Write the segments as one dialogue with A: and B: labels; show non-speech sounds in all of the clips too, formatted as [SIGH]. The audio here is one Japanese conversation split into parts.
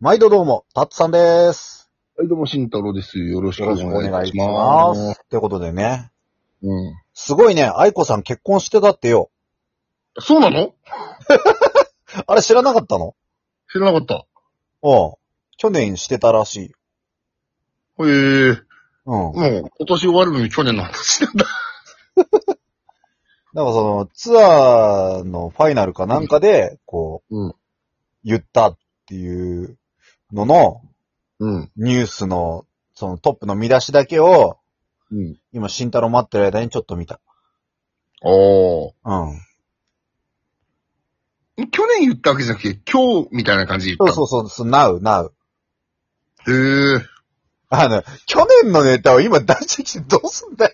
A: 毎度どうも、たっつさんです。
B: はい、どうも、慎太郎です。よろしく
A: よ
B: お
A: ろしくお
B: 願いい
A: 願
B: た
A: いし
B: し
A: ま
B: ます。
A: す。ってことでね、
B: うん。
A: すごいね、愛子さん結婚してたってよ。
B: そうなの
A: あれ知らなかったの
B: 知らなかった。
A: うん。去年してたらしい。
B: へえー、
A: うん。だか
B: もう、今年終わるのに去年の話なんだ。
A: らその、ツアーのファイナルかなんかで、こう、
B: うん
A: 言ったっていうのの、
B: うん。
A: ニュースの、そのトップの見出しだけを、
B: うん。
A: 今、慎太郎待ってる間にちょっと見た。
B: ああ。
A: うん。
B: 去年言ったわけじゃなくて、今日みたいな感じで言
A: そうそ
B: ったの。
A: うそうそう、now, now.
B: へえ。
A: あの、去年のネタを今出してきてどうすんだよ。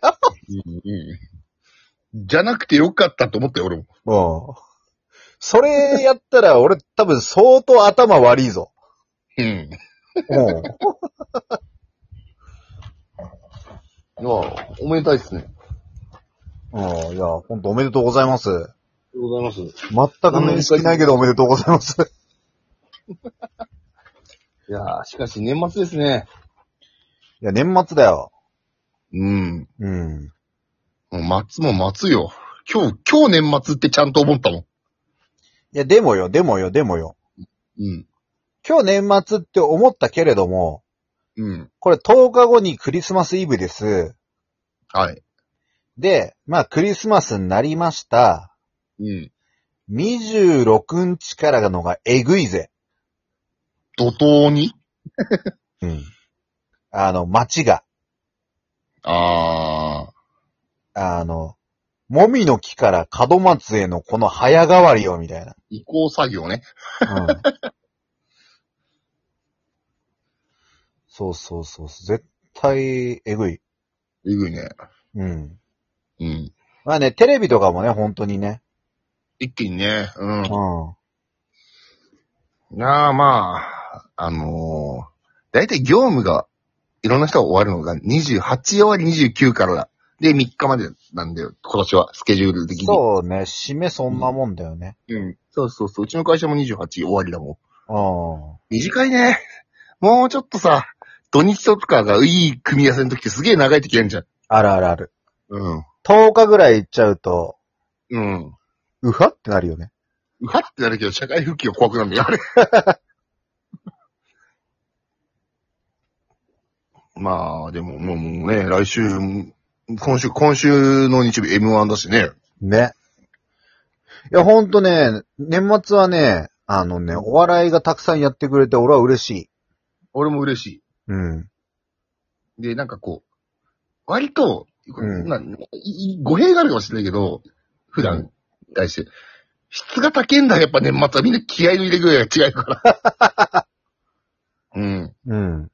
B: うんじゃなくてよかったと思ったよ、俺
A: うん。
B: も。
A: それやったら [LAUGHS] 俺多分相当頭悪いぞ。
B: うん。
A: うん。
B: おめでたいですね。
A: うん。いや、ほんとおめでとうございます。
B: ありがとうございます。
A: 全く面識ないけどおめでとうございます。
B: いやー、しかし年末ですね。
A: いや、年末だよ。
B: うん。
A: うん。
B: もう待つも待つよ。今日、今日年末ってちゃんと思ったもん。
A: いや、でもよ、でもよ、でもよ。
B: うん。
A: 今日年末って思ったけれども、
B: うん。
A: これ10日後にクリスマスイブです。
B: はい。
A: で、まあクリスマスになりました。
B: うん。
A: 26日からのがえぐいぜ。
B: 怒涛に
A: うん。あの、街が。
B: あ
A: あの、もみの木から門松へのこの早変わりよ、みたいな。
B: ー、移行作業ね。
A: うん。 [LAUGHS] そうそうそうそう。絶対、えぐい。
B: えぐいね。
A: うん。
B: うん。
A: まあね、テレビとかもね、本当にね。
B: 一気にね。う
A: うん。
B: ん。なあ、まあ、あのー、だいたい業務が、いろんな人が終わるのが28終わり29からだ。で、3日までなんだよ。今年は、スケジュール的に。
A: そうね、締めそんなもんだよね。
B: う。うん。そうそうそう。うちの会社も28終わりだも
A: うん。
B: ん。短いね。もうちょっとさ、土日とかがいい組み合わせの時ってすげえ長い時あるじゃん。
A: あるあるある。
B: うん。
A: 10日ぐらい行っちゃうと、
B: うん。
A: うはってなるよね。
B: うはってなるけど、社会復帰が怖くなるんだよ、あれ。 [LAUGHS] まあ、でも、もうもうね、来週、今週、今週の日曜日 M1 だしね。
A: ね。いや、ほんとね、年末はね、あのね、お笑いがたくさんやってくれて、俺は嬉しい。
B: 俺も嬉し
A: うん。
B: い。で、なんかこう、割と、
A: うん
B: なない語弊があるかもしれないけど、普
A: う
B: 段に対して、質が高いんだ、やっぱ年末はみんな気合の入れ具合が違うから。
A: [LAUGHS]
B: うん。
A: うん。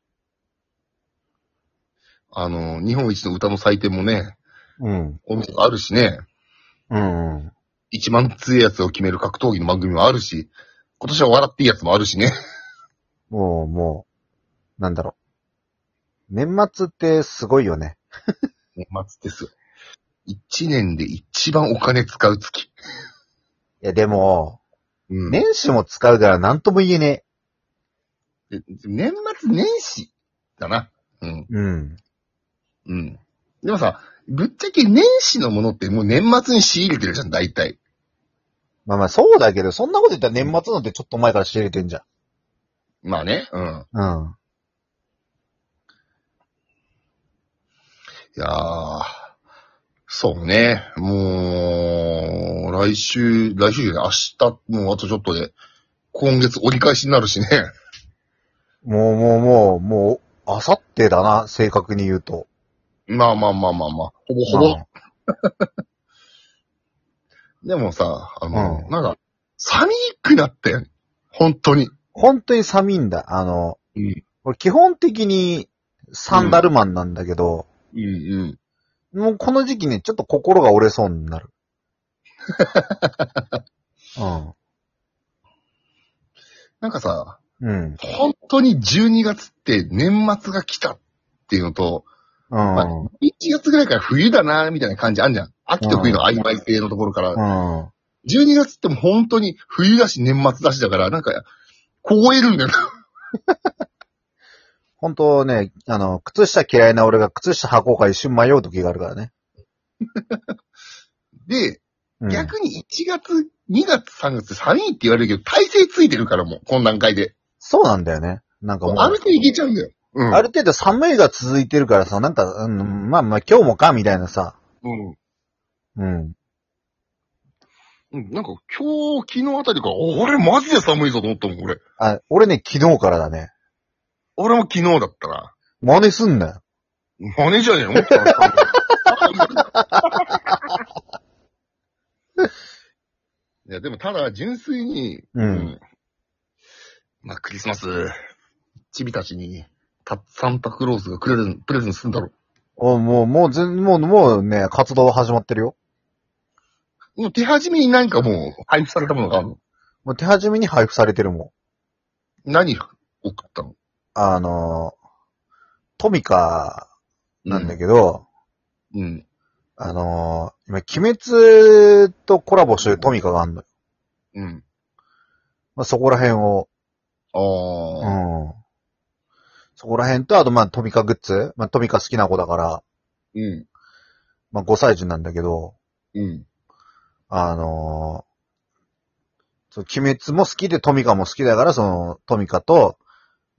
B: あの、日本一の歌の祭典もね、
A: うん。
B: お店があるしね。
A: うん。
B: 一番強いやつを決める格闘技の番組もあるし、今年は笑っていいやつもあるしね。 [LAUGHS]
A: もう、もう、なんだろう。年末ってすごいよね。
B: 年末ですよ。一年で一番お金使う月。
A: いや、でも、
B: うんね
A: 年始も使うから何とも言えね
B: 年末年始だな。うん。
A: え。うん。
B: うん。でもさ、ぶっちゃけ年始のものってもう年末に仕入れてるじゃん、大体。
A: まあまあ、そうだけど、そんなこと言ったら年末なんてちょっと前から仕入れてんじゃ
B: まあね。うん。
A: ん。うん。
B: いやー。そうね。もう、来週、来週じゃない、明日、もうあとちょっとで、今月折り返しになるしね。
A: もう、もう、もう、もう、あさってだな、正確に言うと。
B: まあまあまあまあまあ。ほぼほぼ、
A: うん
B: でもさ、あの、
A: うん
B: なんか、寒くなったよね。本当に。
A: 本当に寒いんだ。あの、
B: うん。
A: 俺基本的にサンダルマンなんだけど、
B: うんうん。
A: もうこの時期ね、ちょっと心が折れそうになる。 [LAUGHS]
B: なんかさ、
A: うん。うん。
B: 本当に12月って年末が来たっていうのと、
A: うん。
B: 1月ぐらいから冬だなみたいな感じあんじゃん。秋と冬の曖昧性のところから。
A: うん。
B: 12月ってもう本当に冬だし年末だしだから、なんか、凍えるんだよな。
A: 本当ね、あの、靴下嫌いな俺が靴下履こうか一瞬迷う時があるからね。
B: で、
A: うん、
B: 逆に1月、2月、3月、3位って言われるけど、体勢ついてるからもう、この段階で。
A: そうなんだよね。なんかもう、
B: ある程度いけちゃうんだよ。うん。
A: ある程度寒いが続いてるからさ、なんか、うん、まあまあ今日もか、みたいなさ。
B: うん。
A: うん。
B: うん、なんか今日、昨日あたりから、お俺マジで寒いぞと思ったもん、俺。
A: あ、俺ね、昨日からだね。
B: 俺も昨日だったら。
A: 真似すんなよ。
B: マネージャーじゃん、思ってたら [LAUGHS] いや、でもただ、純粋に、
A: うん
B: まあ、クリスマス、チビたちに、たサンタクロースがくれる、プレゼントするんだろう。
A: おもう、もう全、もう、もうね、活動始まってるよ。
B: もう手始めに何かもう、配布されたものがあるの。
A: もう手始めに配布されてるもん。
B: 何送ったの
A: あの、トミカなんだけど、
B: うん。うん。
A: あの、今、鬼滅とコラボしてるトミカがあんのよ。
B: うん。
A: まあ、そこら辺を、う
B: ああ、
A: ん。そこら辺と、あとまあトミカグッズ。まあトミカ好きな子だから、
B: うん。
A: まあ5歳児なんだけど、
B: うん。
A: あのーそう、鬼滅も好きでトミカも好きだから、そのトミカと、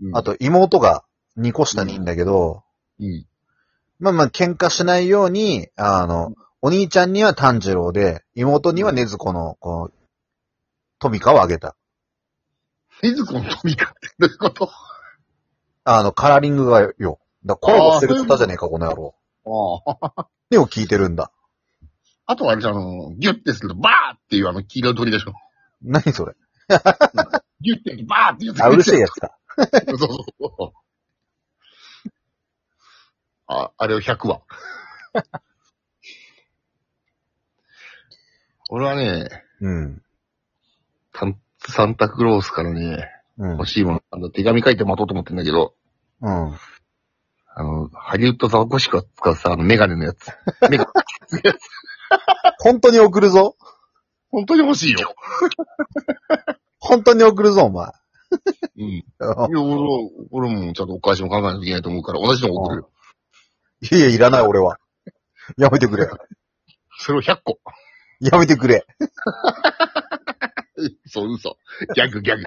B: うん。
A: あ、と妹が2個下にいるんだけど、
B: うん。
A: まあまあ喧嘩しないように、あの、お兄ちゃんには炭治郎で、妹には禰豆子の、こう、トミカをあげた。
B: ねずこのトミカってどういうことあ
A: あの、カラーリングがよ。だからコラボしてるってことじゃねえか、この野郎。
B: あ。
A: でも聞いてるんだ。
B: あとはあれじゃん、あの、ギュッてするとバーっていうあの黄色い鳥でしょ。
A: 何それ
B: ギュッてやるとバーっていう
A: あ、うるせえや
B: や
A: つだ。
B: つ。 [LAUGHS] そうそうそう。あ、あれを100話。 [LAUGHS] 俺はね、
A: うん。
B: サンサンタクロースからね、
A: うん。
B: 欲しいもの、あの、手紙書いて待とうと思ってんだけど、
A: うん。
B: あの、ハリウッドザワコシが使うさ、あの、メガネのやつ。メガネ。
A: 本当に送るぞ。
B: 本当に欲しいよ。
A: 本当に送るぞ、お前。 [LAUGHS]
B: うん。いや、俺は、俺もちゃんとお返しも考えなきゃいけないと思うから、同じの送るよ。
A: いやいや、いらない、俺は。やめてくれ。
B: [LAUGHS] それを100個。
A: やめてくれ。
B: 嘘、嘘。ギャ [LAUGHS] グ、ギャグ。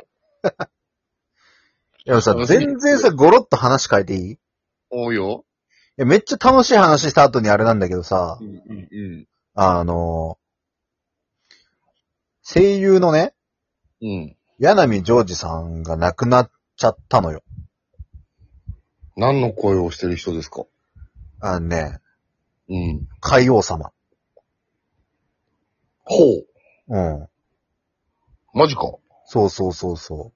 A: いや、さ、全然さ、ゴロッと話変えていいい
B: おうよ。
A: や、めっちゃ楽しい話した後にあれなんだけどさ
B: う、ん、うん、うん。
A: あの声優のね、
B: うん。
A: 柳ジョージさんが亡くなっちゃったのよ。
B: 何の声をしてる人ですか
A: あのね、
B: うん。
A: 海王様。
B: ほう。
A: うん。
B: マジか。
A: そうそうそうそ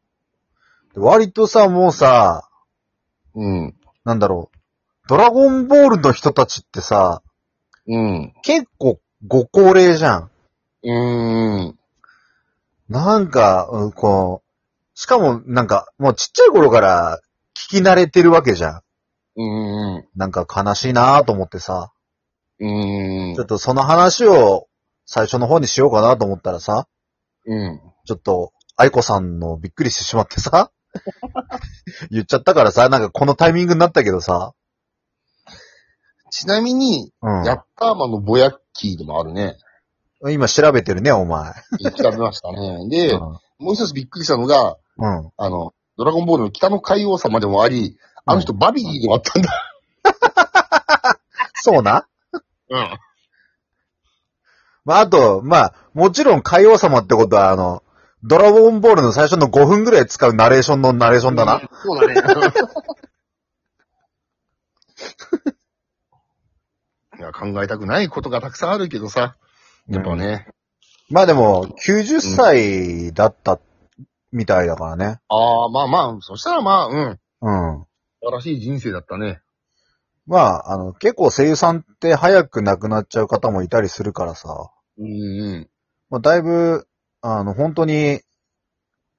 A: う。で割とさ、もうさ、
B: うん。
A: なんだろう、ドラゴンボールの人たちってさ、
B: うん。
A: 結構ご高齢じゃん。
B: うーん。
A: なんか、うんこう、しかもなんか、もうちっちゃい頃から聞き慣れてるわけじゃん。
B: うん。
A: なんか悲しいなぁと思ってさ、
B: うん
A: ちょっ。とその話を最初の方にしようかなと思ったらさ、
B: うん。
A: ちょっと、愛子さんのびっくりしてしまってさ、 [LAUGHS] 言っちゃったからさ、なんかこのタイミングになったけどさ、
B: ちなみに、
A: うん
B: ヤッターマンのぼやっきーでもある [LAUGHS] ね。
A: 今調べてるね、お前。
B: 言ってましたね。で、
A: う
B: もう一つびっくりしたのが、
A: ん。うん
B: あの、ドラゴンボールの北の海王様でもあり、あの人バビリーでもあったんだ。
A: そうな。
B: うん。
A: まあ、あと、まあ、もちろん海王様ってことは、あの、ドラゴンボールの最初の5分ぐらい使うナレーションのナレーションだな。。
B: そうだね。 [LAUGHS] いや、考えたくないことがたくさんあるけどさ。やっぱね。
A: まあでも、90歳だったみたいだからね。
B: ああ、まあまあ、そしたらまあ、うん。
A: うん。
B: 素晴らしい人生だったね。
A: まあ、あの、結構声優さんって早く亡くなっちゃう方もいたりするからさ。
B: うんうん。
A: まあ、だいぶ、あの、本当に、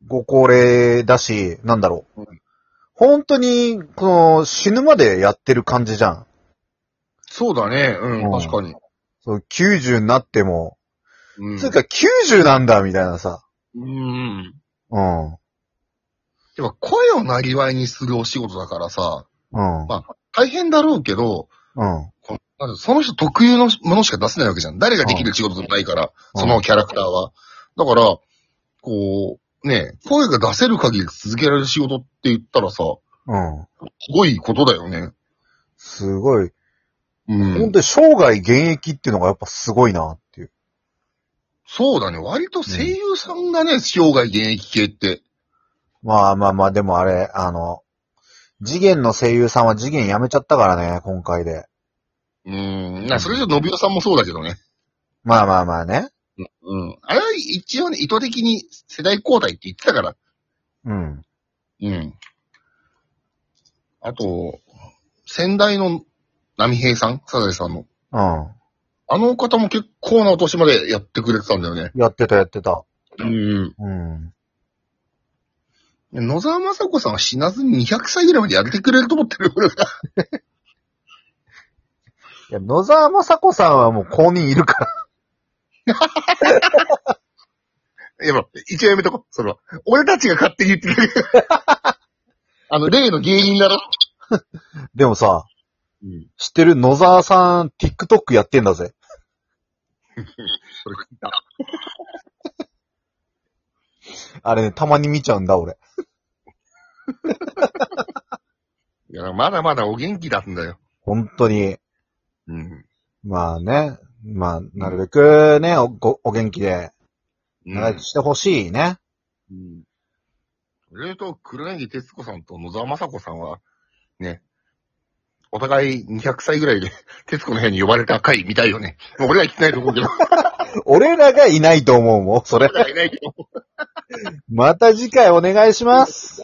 A: ご高齢だし、なんだろう。本当に、この、死ぬまでやってる感じじゃん。
B: そうだね。う
A: うん
B: ん、確かに。
A: そう、90になっても、
B: うん。
A: つうか90なんだ、みたいなさ。
B: うん。
A: うん。
B: やっぱ声をなりわいにするお仕事だからさ、
A: うん。
B: まあ、大変だろうけど、
A: うん。
B: このなんかその人特有のものしか出せないわけじゃん。誰ができる仕事じゃないから、そのキャラクターは。だから、こう、ね、声が出せる限り続けられる仕事って言ったらさ、
A: うん。
B: すごいことだよね。
A: すごい。
B: う
A: 本
B: ん。
A: 当に生涯現役っていうのがやっぱすごいなっていう。
B: そうだね。割と声優さんがね、生涯現役系って。
A: まあまあまあ、でもあれ、あの、次元の声優さんは次元辞めちゃったからね、今回で。
B: うん。な、それじゃ、のびおさんもそうだけどね。
A: まあまあまあね。
B: うん。あれは一応ね、意図的に世代交代って言ってたから。
A: うん。
B: うん。あと、先代の波平さんサザエさんの。
A: うん。
B: あの方も結構なお年までやってくれてたんだよね。
A: やってたやってた。
B: うん。
A: うん。
B: 野沢雅子さんは死なずに200歳ぐらいまでやってくれると思ってる、 [LAUGHS] 俺が。
A: いや、野沢雅子さんはもう公認いるから。 [LAUGHS]
B: やばい、一応やめとこう、それは。俺たちが勝手に言ってくれる。 [LAUGHS] あの、例の芸人だろ。
A: でもさ、
B: うん。
A: 知ってる野沢さん、TikTok やってんだぜ。
B: それ聞いた。
A: [LAUGHS] あれね、たまに見ちゃうんだ、俺。
B: いや、まだまだお元気だんだよ。
A: 本当に。
B: うん。
A: まあね。まあ、なるべくね、お、ごお元気で、
B: う
A: 長生きしてほしいね。
B: うん。それと、黒柳徹子さんと野沢雅子さんは、ね、お互い200歳ぐらいで、徹子の部屋に呼ばれた回見たいよね。もう俺は行ってないと思うけど。
A: [LAUGHS] 俺らがいないと思うもん、それ。
B: 俺はいないけど。
A: また次回お願いします。